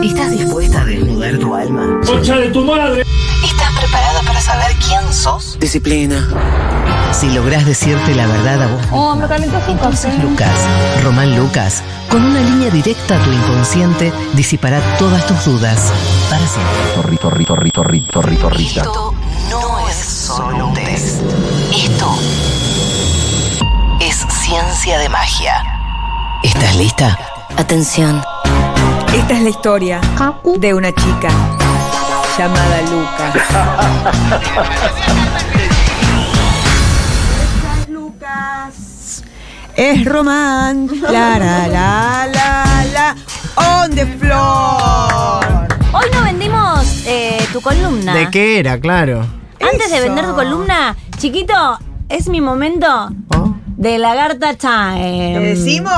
¿Estás dispuesta a desnudar tu alma? ¡Concha de tu madre! ¿Estás preparada para saber quién sos? Disciplina. Si lográs decirte la verdad a vos Oh, me calentó sin Entonces Lucas, Román Lucas, con una línea directa a tu inconsciente, disipará todas tus dudas para siempre. Torrito, rito, rito, rito, rito, rita. Esto no es solo un test. Esto es ciencia de magia. ¿Estás lista? Atención. Esta es la historia de una chica llamada Lucas. Lucas. Es Román. La la la la la. On the floor. Hoy no vendimos eh, tu columna. ¿De qué era? Claro. Antes de Eso. vender tu columna, chiquito, es mi momento Oh. de lagarta time. ¿Le decimos?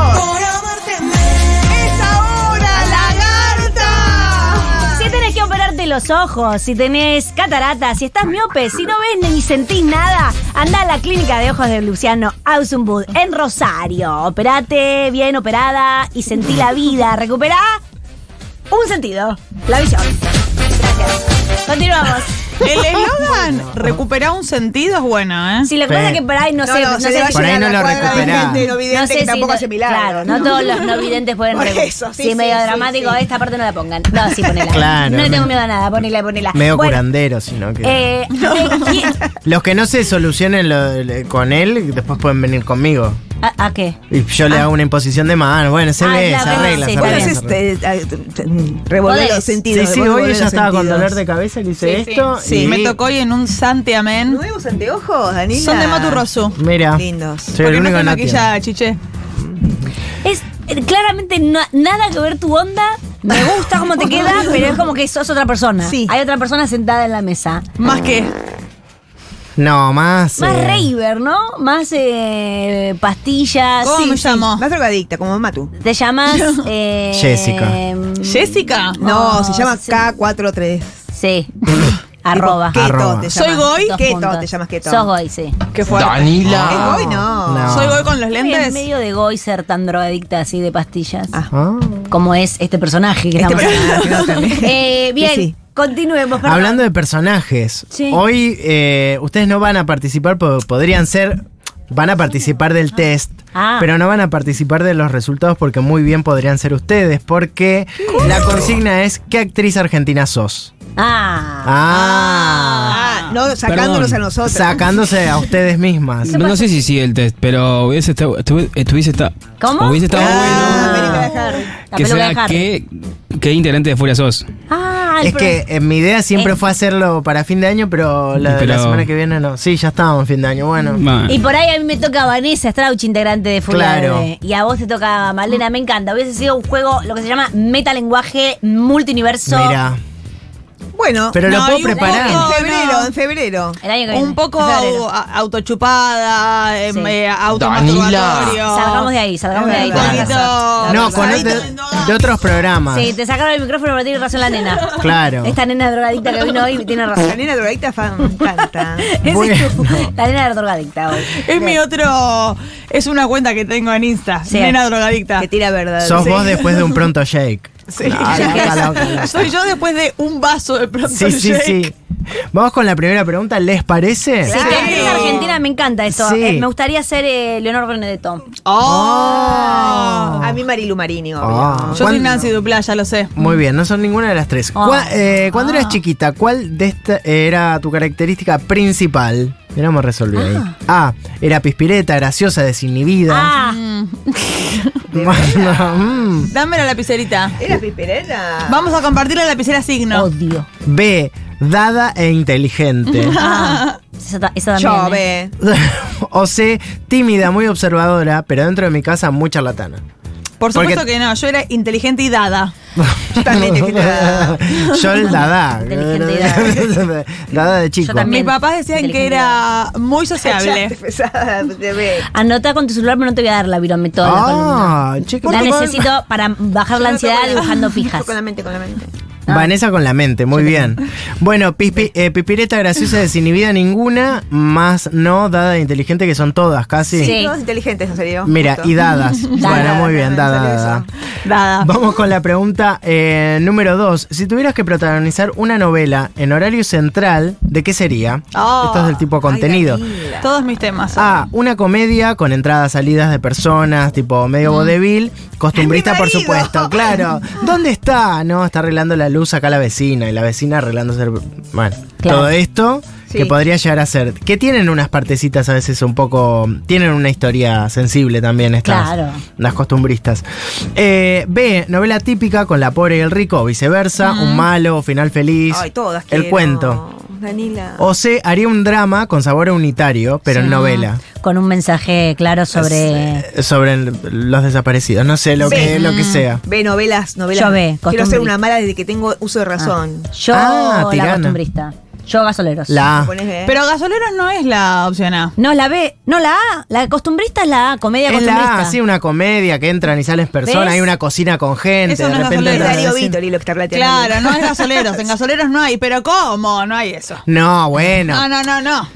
¡Es ahora, lagarta! Si tenés que operarte los ojos, si tenés cataratas, si estás miope, si no ves ni sentís nada, anda a la clínica de ojos de Luciano Ausenbud en Rosario. Operate bien operada y sentí la vida. Recuperá un sentido. La visión. Gracias. Continuamos. El eslogan recupera un sentido es bueno, Ah. ¿eh? Si lo que pasa es Sí. que por ahí no, sé, no le sé va a si- Por ahí llenar no la lo cuadra de recuperá. gente no vidente No sé que si tampoco no- hace milagros. Claro, no, todos los no videntes pueden Por re- eso, sí, Si es sí, medio sí, dramático, sí. esta parte no la pongan. No, sí, ponela. Claro, no le no. tengo miedo a nada, ponela, ponela. Medio Bueno, curandero, sino que. Eh, ¿de quién- Los que no se solucionen lo- le- con él, después pueden venir conmigo. ¿A, a qué? Y yo le hago una imposición de mano. Bueno, se Ah, ve, ya, se bueno, arregla, sí, se bueno, arregla. Bueno, Está se es arregla. este, eh, eh, revolver Podés. los Sí, sentidos. sí, revolver hoy ella los estaba con sentidos. dolor de cabeza y le hice esto. Sí, y me tocó y en un sante amén. ¿Nuevos anteojos, Danila? Son de Matu Rosu. Mira. Lindos. Soy el Porque no único te que no tiene. maquilla, chiche. Es eh, claramente na- nada que ver tu onda. Me gusta cómo te queda, pero es como que sos otra persona. Sí. Hay otra persona sentada en la mesa. Más que. No, más. Más eh, raver, ¿no? Más eh, pastillas. ¿Cómo Sí, me sí. llamo? Más drogadicta, como Matu. Te llamas. eh, Jessica. ¿Jessica? No, se llama sí. K43. Sí. Arroba. Keto Arroba. te llamas. ¿Soy goy? Dos Keto puntos. te llamas Keto. Sos goy, sí. ¿Qué fue? Ah. ¿Es Danila. goy? No. Ah. No. ¿Soy goy con los Es lentes? medio de goy ser tan drogadicta así de pastillas. Ah. Ah. Como es este personaje que estamos personaje, no, también. Eh, bien, Y sí. continuemos. perdón. Hablando de personajes, Sí. hoy eh, ustedes no van a participar, po- podrían ser, van a participar del test, Ah. pero no van a participar de los resultados porque muy bien podrían ser ustedes, porque la consigna es ¿qué actriz argentina sos? Ah. Ah, Ah, no, sacándolos Perdón. a nosotros. sacándose a ustedes mismas. No, no sé si sigue el test, pero hubiese estado, estuvi- estuviese esta- ¿Cómo? hubiese estado Ah, bueno América de Harry. La que peluca de sea Harry. qué, qué integrante de Furia sos. Ah, el es pro- que eh, mi idea siempre Eh. fue hacerlo para fin de año, pero la, la Pero- semana que viene no. Sí, ya estábamos en fin de año, bueno. Ma. Y por ahí a mí me toca Vanessa Strauch, integrante de Furia Claro. Verde. Y a vos te toca Malena, me encanta. Hubiese sido un juego, lo que se llama metalenguaje multiuniverso. Mira, Bueno, pero lo No, puedo y un preparar. poco- en no, febrero, no. en febrero. El año que viene. Un poco en febrero. au- a- autochupada, em, Sí. eh, Danila. automasturbatorio. Salgamos de ahí, salgamos de ahí. Es tenés oh, verdad. razón. No, con Ahí de, de otros programas. Sí, te sacaron el micrófono, pero tiene razón la nena. Claro. Esta nena drogadicta que vino hoy tiene La razón. nena drogadicta fan, me encanta. Ese es tu- Bueno. La nena drogadicta hoy. Es mi otro. Es una cuenta que tengo en Insta. Sí. Nena drogadicta. Que tira verdad. Sos Sí. vos después de un pronto shake. Sí. Ah, loca, loca, loca. Soy yo después de un vaso de pronto Sí, sí, shake. sí. Vamos con la primera pregunta, ¿les parece? Sí, que actriz argentina me encanta esto. Sí. Eh, me gustaría ser eh, Leonor Benedetto. Oh. Ah, A mí Marilu Marini, obvio. Ah. Yo soy Nancy Duplá, ya lo sé. Muy bien, no son ninguna de las tres. Ah. Cua- eh, cuando eras chiquita, ¿cuál de esta era tu característica principal? Miramos resolver ahí. A. Era pispireta, graciosa, desinhibida. Mm, Ah, Bueno, mm. Dame la lapicerita. ¿Era piperera? Vamos a compartir la lapicera Oh, signo. odio. B. Dada e inteligente. Ah, esa, ta- esa también. Yo, eh. ve. o C. Tímida, muy observadora, pero dentro de mi casa muy charlatana. Por supuesto Porque- que no, yo era inteligente y dada. También te queda- Yo el dada. Inteligente y dada. Dada de chico. Yo también. Mis papás decían que era muy sociable. pesada, te ve. Anota con tu celular, pero no te voy a dar la virome toda la columna. Ah, chico. La por favor. necesito para bajar la ansiedad dibujando Yo pijas. Con la mente, con la mente. Vanessa con la mente, muy bien. Bueno, pispi- eh, pipireta graciosa desinhibida ninguna, más no dada e inteligente que son todas, casi. Sí. Todos inteligentes, en serio. Mira, Justo. y dadas. bueno, muy bien, dada, salió eso. dada. Dada. Vamos con la pregunta eh, número dos. Si tuvieras que protagonizar una novela en horario central, ¿de qué sería? Oh, Esto es del tipo Ay, contenido. Danila. Todos mis temas. son- A, Ah, una comedia con entradas, salidas de personas, tipo medio vodevil, costumbrista Mi por marido. supuesto, claro. ¿Dónde está? No, está arreglando la luz acá la vecina y la vecina arreglando ser... Bueno, Claro. todo esto Sí. que podría llegar a ser. Que tienen unas partecitas a veces un poco... Tienen una historia sensible también estas. Claro. Las costumbristas. Eh, B, novela típica con la pobre y el rico, o viceversa, un malo, final feliz. Ay, todas El quiero. cuento. Danila. O C, haría un drama con sabor unitario, pero en novela. Con un mensaje claro sobre. Eh, sobre el- los desaparecidos, no sé, lo que, Sí. lo que Mm. sea. Ve novelas, novelas. Yo ve, Quiero ser costumbre. una mala desde que tengo uso de razón. Yo, Ah, la tirana. costumbrista. Yo, gasoleros. La A. Pones, eh. Pero gasoleros no es la opción A. No, la B. No, la A. La costumbrista es la A. Comedia Es la costumbrista. A, sí, una comedia que entran y salen personas, ¿Ves? hay una cocina con gente, Eso no de es es repente gasolero. entran a Darío decir- Vítoli lo que está planteando. Claro, no es gasoleros. En gasoleros no hay. Pero ¿cómo? No hay eso. No, bueno. No, no, no, no.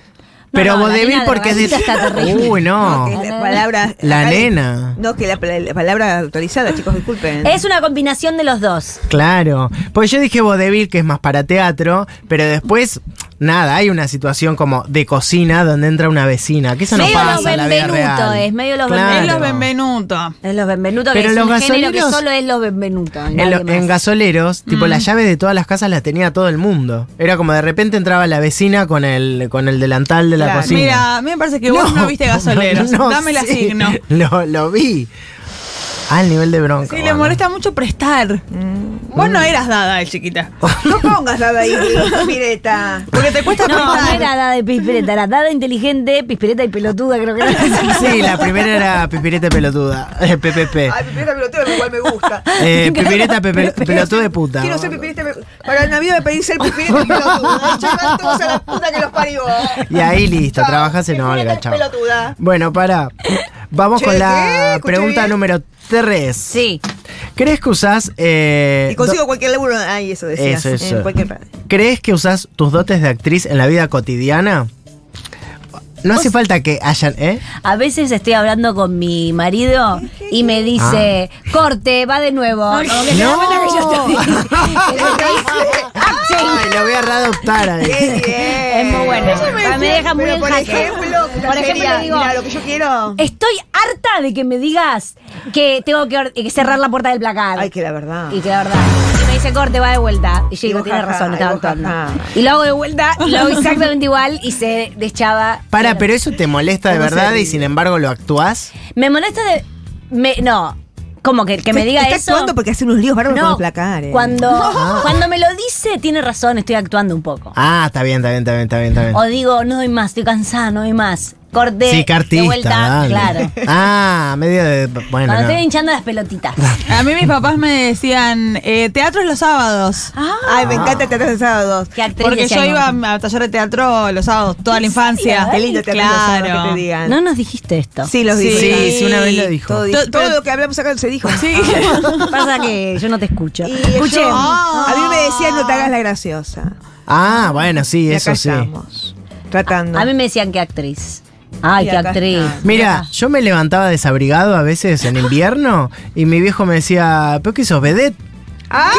Pero no, la vodevil nena de porque es de- Rosita está terrible. Uy, no. Que es la palabra. La acá- nena. No, que la, la palabra autorizada, chicos, disculpen. Es una combinación de los dos. Claro. Pues yo dije vodevil que es más para teatro, pero después nada, hay una situación como de cocina donde entra una vecina, que eso no Medio los pasa en la vida Benvenuto real. es, medio los Claro. Es los Benvenuto. Es los Benvenuto, que Pero es los un género que gasoleros- solo es los Benvenuto. En, nadie lo- más. en gasoleros, tipo las llaves de todas las casas las tenía todo el mundo. Era como de repente entraba la vecina con el, con el delantal de la Claro. cocina. Mira, a mí me parece que vos no, viste gasoleros. no, Dame la sí. signo. Lo, lo vi. Al nivel de bronca. Sí, le bueno. molesta mucho prestar. Vos no eras dada, el chiquita. No pongas la ahí, Mireta. Porque te cuesta No, no prestar. era dada de pispireta, era dada inteligente, pispireta y pelotuda, creo que era. Sí, la primera era Pipireta Pelotuda. eh, PPP. Ay, pipireta peloteo, igual me gusta. Eh, pipireta pe- pe- Pelotuda de puta. Quiero ser pipireta pe- Para el Navidad me pedí ser pipireta pelotuda. Chaval, todos a la puta que los parió. Y ahí listo, trabajás en pipireta Olga, chao. pelotuda. Bueno, para. Vamos Che, con ¿qué? la Escuché pregunta bien. número 3. Sí. ¿Crees que usás. eh, Y consigo cualquier laburo. Ay, eso decías. Eso, eso. En cualquier parte. ¿Crees que usás tus dotes de actriz en la vida cotidiana? No hace falta que hayan, ¿eh? A veces estoy hablando con mi marido y me dice, Ah. corte, va de nuevo. O que se da cuenta que yo estoy- que yo estoy- Ay, lo voy a readoptar a Qué bien. Es muy bueno. Ah, Me, deja muy Pero en por jaque. ejemplo, Por ejemplo, le digo, mira, lo que yo quiero. estoy harta de que me digas que tengo que, or- que cerrar la puerta del placar. Ay, que la verdad. Y que la verdad. Y me dice corte, va de vuelta. Y yo Y digo, vos, tiene jaja, razón, y estaba vos, actuando. jaja. Y lo hago de vuelta, y lo hago exactamente igual y se deschaba. Para, pero eso te molesta de ¿Cómo se verdad ríe? y sin embargo lo actúas. Me molesta de. me- no. Como que, que me diga está eso. actuando porque hace unos líos bárbaros con eh. Ah. no, los placares. cuando, cuando me lo dice, tiene razón, estoy actuando un poco. Ah, está bien, está bien, está bien, está bien, está bien. O digo, no doy más, estoy cansada, no doy más. Corte, sí, que de artista, vuelta, dale. claro. Ah, medio de. Bueno, Cuando no. estoy hinchando las pelotitas. A mí mis papás me decían, eh, teatro es los sábados. Ah, Ah. Ay, me encanta el teatro de sábados. Qué actriz Porque decía yo mi iba mamá. a taller de teatro los sábados, toda la infancia. Qué lindo teatro de sábados que te Claro. digan. No nos dijiste esto. Sí, los Sí. dijo. Sí, sí, una vez lo dijo. Todo, To- todo pero- lo que hablamos acá se dijo. Sí. Pasa que yo no te escucho. Y Escuché. yo- a mí me decían no te hagas la graciosa. Ah, bueno, sí, Y eso acá sí. estamos. Tratando. A mí me decían que actriz. Ay, Y qué acá actriz. está. Mira, yo me levantaba desabrigado a veces en invierno y mi viejo me decía, ¿pero qué sos, vedette? ¡Ah!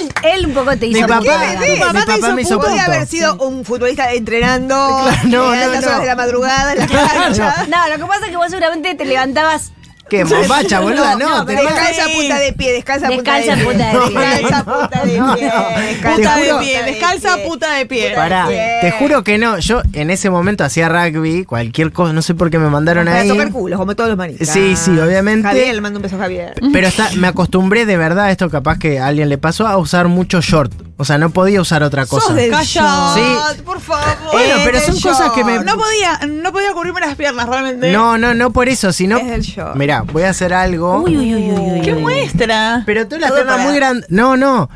Él, él un poco te hizo. Mi papá, punto. mi Tu papá, Ah, papá te hizo me hizo punto. punto. Podía haber sido un futbolista entrenando Claro, no, eh, a no, las no. horas de la madrugada en la cancha. No, lo que pasa es que vos seguramente te levantabas ¿Qué, bombacha, boluda? No, no, pero tenés- Descalza Sí. punta de pie, descalza punta de pie. Descalza, punta de pie. Descalza punta de No, no, pie. no. descalza, Puta Te de juro- pie, punta de descalza pie. puta de pie. Pará, te juro que no. Yo en ese momento hacía rugby, cualquier cosa, no sé por qué me mandaron Para ahí. tocar culos, como todos los maristas. Sí, sí, obviamente. Javier, le mando un beso a Javier. Pero está, me acostumbré de verdad, esto capaz que a alguien le pasó, a usar mucho short. O sea, no podía usar otra cosa. Sos del Calla, Sí. por favor. Bueno, Es pero del son cosas que me- short. No podía, no podía cubrirme las piernas realmente. No, no, no por eso, sino. Es del short. Mirá, voy a hacer algo. Uy, uy, uy, uy, uy. ¿Qué muestra? Pero tú la Todo pierna para- muy grande. No, no.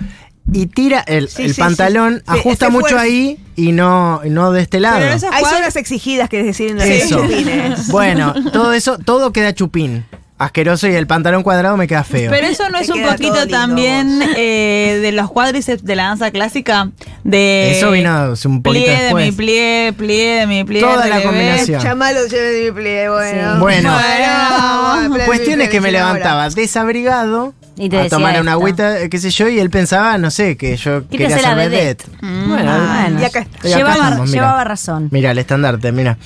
Y tira el, Sí, el sí, pantalón, sí. Sí, ajusta ese mucho fue- ahí y no, y no de este lado. Pero esas Hay cuadras- zonas exigidas que deciden los Eso. chupines. Bueno, todo eso, todo queda chupín. asqueroso y el pantalón cuadrado me queda feo. Pero eso no Te es un queda todo poquito lindo también eh, de los cuádriceps de la danza clásica. De Eso vino un poquito Plié de mi después. plié, plié de mi plié. Toda la relevé. combinación. Llamalo, lleve mi plié, bueno. Sí. Bueno. vamos a Bueno. play- Cuestiones que me play- levantaba desabrigado Y te a decía tomar una esto. agüita, eh, qué sé yo, y él pensaba, no sé, que yo Quiere quería ser la ser vedette. vedette. Bueno, Ah, y acá está. estoy acá, Llevaba, estamos, mira. llevaba razón. Mira, el estandarte, mira.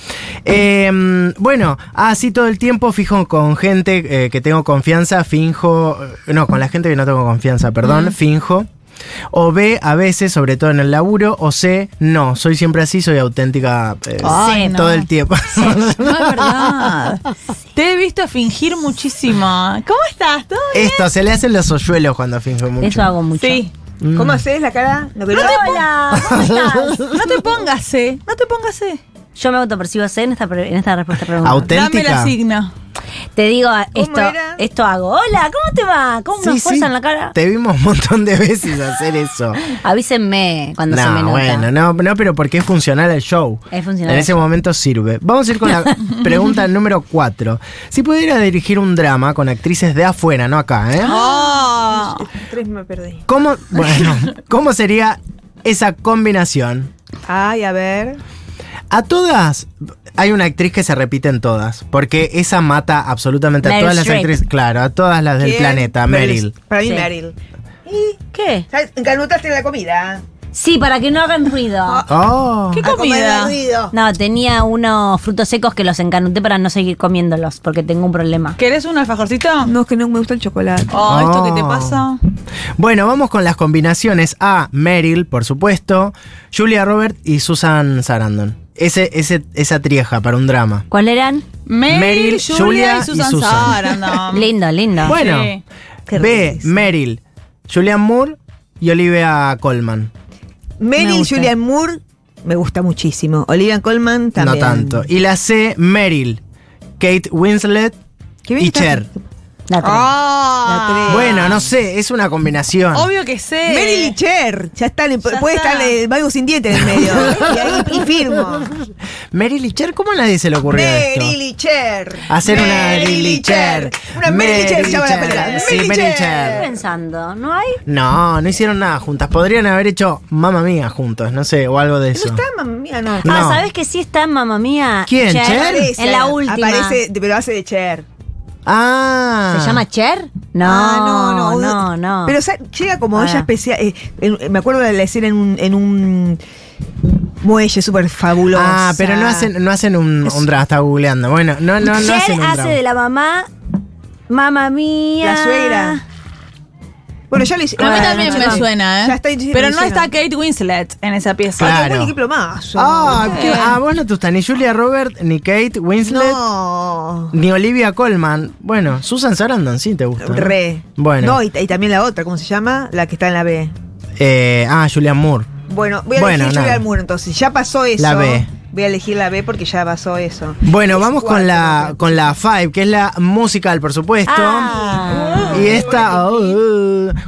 Eh, bueno, así todo el tiempo fijo con gente eh, que tengo confianza, finjo. eh, No, con la gente que no tengo confianza, perdón, finjo. O B, a veces, sobre todo en el laburo. O C, no, soy siempre así, soy auténtica eh, Ay, no. todo el tiempo. No es verdad. Te he visto fingir muchísimo. ¿Cómo estás? ¿Todo bien? Esto, se le hacen los hoyuelos cuando finjo Eh, mucho. Eso hago mucho. Sí. Mm. ¿Cómo haces la cara? No, pero- Hola, ¿cómo estás? No te pongas, eh. No te pongas, eh. Yo me autopercibo C en esta, pre- en esta respuesta pregunta. Dame ¿Auténtica? la signa. te digo a- esto, era? esto hago. Hola, ¿cómo te va? ¿Cómo Sí, nos sí. forzan la cara? Te vimos un montón de veces hacer eso. Avísenme cuando se me No, nota. bueno, no, no, pero porque es funcional el show. Es funcional En el ese show. momento sirve. Vamos a ir con la pregunta número 4. Si pudiera dirigir un drama con actrices de afuera, no acá, ¿eh? Ah. Oh. Tres me perdí. ¿Cómo, bueno, ¿cómo sería esa combinación? Ay, a ver. A todas hay una actriz que se repite en todas, porque esa mata absolutamente a Meryl todas las Streep. actrices, claro, a todas las del ¿Quién? planeta, Meryl. Para mí, Sí. Meryl. Y, ¿Qué? ¿sabes? Encanutaste la comida. Sí, para que no hagan ruido. Oh. ¿Qué A comer comida? ruido. No, tenía unos frutos secos que los encanuté para no seguir comiéndolos, porque tengo un problema. ¿Querés un alfajorcito? No, es que no me gusta el chocolate. Oh, ¿esto que te Oh. pasa? Bueno, vamos con las combinaciones a Meryl, por supuesto, Julia Robert y Susan Sarandon. Ese, ese, esa trieja para un drama. ¿Cuáles eran? Meryl, Meryl, Julia, Julia y y Susan, Susan. Sarandon. Lindo, lindo. Ah. Bueno, Sí. Qué B, risa. Meryl, Julian Moore y Olivia Colman. Me Meryl gusta. Julian Moore me gusta muchísimo. Olivia Colman también. No tanto. Y la C, Meryl, Kate Winslet Qué bien y está- Cher. La tres. Ah. Bueno, no sé, es una combinación. Obvio que sé. Eh. Meryl y Cher. Ya están. en- Ya puede está. estar el Vago sin dientes en el medio. y, ahí, y firmo. Meryl y Cher, ¿cómo a nadie se le ocurrió esto? Meryl y Cher. Hacer una Meryl Meryl y Cher. Una Meryl y Cher se llama la película. Sí, Meryl y Meryl y Cher. Estoy Cher. pensando, ¿no hay? No, no hicieron nada juntas. Podrían haber hecho mamá mía juntos, no sé, o algo de No eso. está, mamá mía, no. Ah, No. ¿sabes que sí está, mamá mía? ¿Quién, Cher? Aparece, En la última. Aparece, pero hace de Cher. Ah. ¿Se llama Cher? No, Ah, no, no, no, uno- Pero o sea, llega como Ah. ella especial. eh, en- me acuerdo de la escena en un, en un muelle súper fabuloso. Ah, pero no hacen, no hacen un, un drama, estaba googleando. Bueno, no, no, no Cher hacen un drama. hace de la mamá, mamá mía. La suegra. Bueno, ya le A mí Bueno, también me chicos, suena, ¿eh? ya está diciendo- Pero no está diciendo. Kate Winslet en esa pieza. Claro. Qué buen ejemplo más. Ah, ¿qué? ah, vos no te gusta ni Julia Robert, ni Kate Winslet, no. ni Olivia Colman. Bueno, Susan Sarandon sí te gusta. ¿no? Re. ¿Eh? Bueno. No, y, y también la otra, ¿cómo se llama? La que está en la B. Eh, ah, Julian Moore. Bueno, voy a Bueno, elegir nada. Julia Moore entonces. Ya pasó eso. La B. Voy a elegir la B porque ya pasó eso. Bueno, Es vamos con cuatro, la, ¿no? con la Five, que es la musical, por supuesto. Ah. Y esta. oh,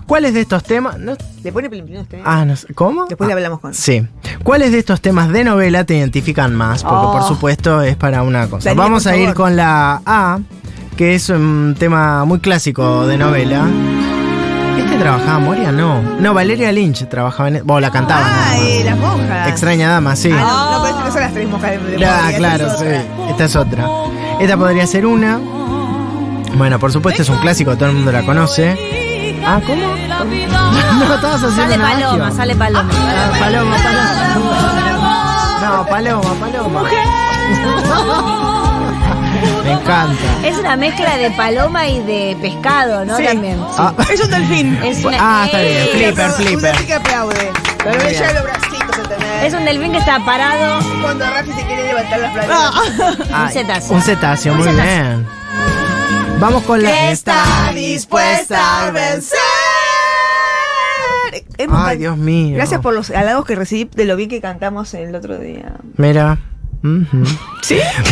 ¿Cuáles de estos temas? No- Le pone plim, plim a usted. ah, no sé, ¿Cómo? Después le Ah, hablamos con. Sí. ¿Cuáles de estos temas de novela te identifican más? Porque por supuesto es para una cosa. Oh. Daniel, Vamos por a ir favor. con la A, que es un tema muy clásico de novela. ¿Este trabajaba Moria? No. No, Valeria Lynch trabajaba en... O la cantaba. Ah, nada más. eh, las monjas. Extraña dama, sí. Ah, no, no, pero estas no son las tres monjas de, de Ah, Moria, claro, esta es sí. otra. Esta es otra. Esta podría ser una. Bueno, por supuesto es un clásico, todo el mundo la conoce. Ah, ¿cómo? No, estabas haciendo Sale un adagio. paloma, sale paloma. Ah, paloma, paloma. No, paloma, paloma. Me encanta. Es una mezcla de paloma y de pescado, ¿no? También. Ah, Es un delfín. Es, una- Eh, ah, está bien. Sí, Flipper, aplaudo, Un flipper. delfín que aplaude. Pero Muy le bien. lleva los bracitos a tener. es un delfín que está parado. Cuando Rafi se quiere levantar las playeras. Ah, cetáceo. Un cetáceo, Un muy cetáceo. bien. Vamos con la. Que está dispuesta a vencer. Es Ay, Dios mío. Gracias por los halagos que recibí de lo bien que cantamos el otro día. Mira. Ujú.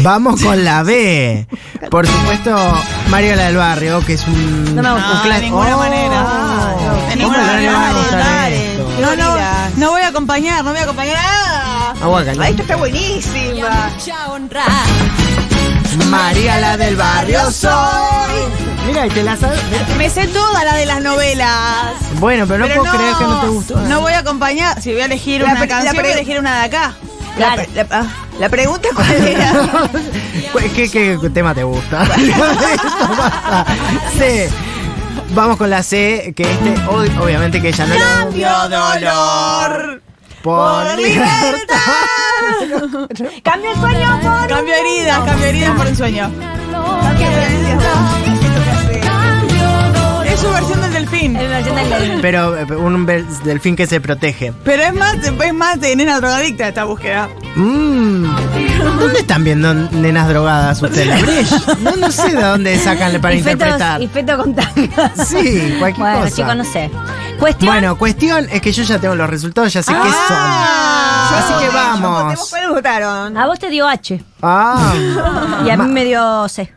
Vamos con la B. Por supuesto, Mario la del Barrio, que es un. No me gusta. un No, de clas- ninguna Oh, manera. ¿cómo De ninguna no le va a manera. gustar Dale. esto? No, no, Mira. no voy a acompañar, no voy a acompañar. Ah. Agua caliente. Ay, esta está buenísima. María la del barrio soy. Mira, y te la sabes. Me sé toda la de las novelas. Bueno, pero no puedo creer que no te gustó. No voy a acompañar. Si voy a elegir La una pre- la canción, pre- voy a elegir una de acá. Claro. La, ah, la pregunta cuál era. Pues, ¿Qué, qué tema te gusta? Esto pasa. C. Vamos con la C, que este, ob- obviamente que ella no Cambio dolor por libertad. Cambio el sueño por. Cambio heridas, cambio heridas por un sueño. Es su versión del delfín. Es versión del- Pero eh, un bel- delfín que se protege. Pero es más, es más de nena drogadicta esta búsqueda. Mm. ¿Dónde están viendo nenas drogadas ustedes? No, no sé de dónde sacan para y fetos- interpretar. Y feto con tangas. Sí, cualquier Bueno, cosa. chicos, no sé. Cuestión. Bueno, cuestión es que yo ya tengo los resultados, ya sé qué son. Ah, Así que vamos. ¿Cuáles votaron? A vos te dio H Ah, y a mí me dio C.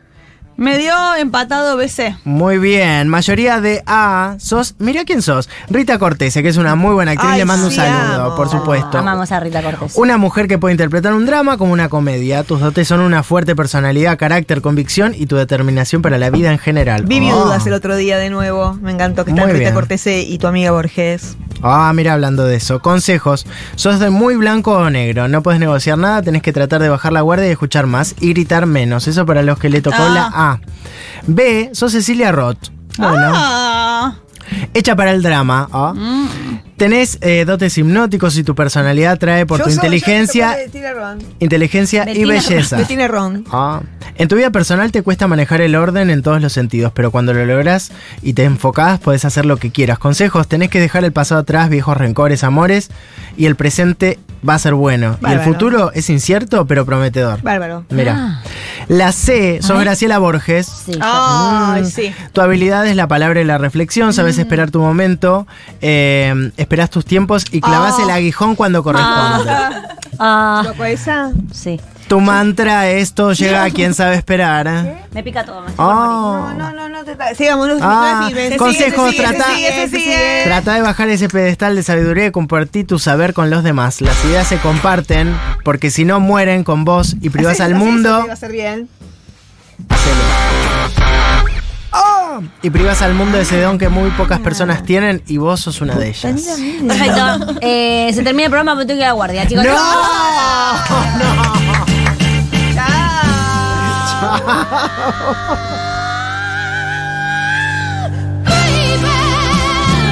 Me dio empatado BC. muy bien. Mayoría de A. Sos, mira quién sos. Rita Cortese, que es una muy buena actriz. Ay, Le mando un sí, saludo, amo. por supuesto. Amamos a Rita Cortés. Una mujer que puede interpretar un drama como una comedia. Tus dotes son una fuerte personalidad, carácter, convicción y tu determinación para la vida en general. Vi Oh. viudas el otro día de nuevo. Me encantó que está Muy Rita bien. Cortese y tu amiga Borges. Ah, mira, hablando de eso. Consejos. Sos de muy blanco o negro. No puedes negociar nada, tenés que tratar de bajar la guardia y escuchar más y gritar menos. Eso para los que le tocó Ah. la A. B. Sos Cecilia Roth. Bueno. Ah, Hecha para el drama. ah. Mm. Tenés eh, dotes hipnóticos y tu personalidad trae por Yo tu soy- inteligencia, yo soy Bettina Ron. inteligencia y Bettina- belleza. Bettina Ron. Ah. En tu vida personal te cuesta manejar el orden en todos los sentidos, pero cuando lo logras y te enfocás, puedes hacer lo que quieras. Consejos, tenés que dejar el pasado atrás, viejos rencores, amores, y el presente va a ser bueno. Y el Bárbaro. futuro es incierto, pero prometedor. Bárbaro. Ah. Mira. La C, sos Graciela Borges. Sí, yo- Mm. Ay, sí. Tu habilidad es la palabra y la reflexión, sabes Mm. esperar tu momento, eh, esperás tus tiempos y clavas Oh. el aguijón cuando corresponde. Ah, ¿Loco esa? sí. Tu mantra es todo llega a quien sabe esperar. Me pica todo más. Oh. No, no, no. te tra- Sigamos. no- Ah, no sirve. Se consejos, sigue, se sigue, trata- se sigue, se sigue. Trata de bajar ese pedestal de sabiduría y compartir tu saber con los demás. Las ideas se comparten porque si no mueren con vos y privás Así, al así, mundo así va a ser bien. y privás al mundo de ese don que muy pocas personas tienen y vos sos una de ellas. Perfecto. Eh, se termina el programa, pero tengo que ir a la guardia, chicos. ¡No! Chao.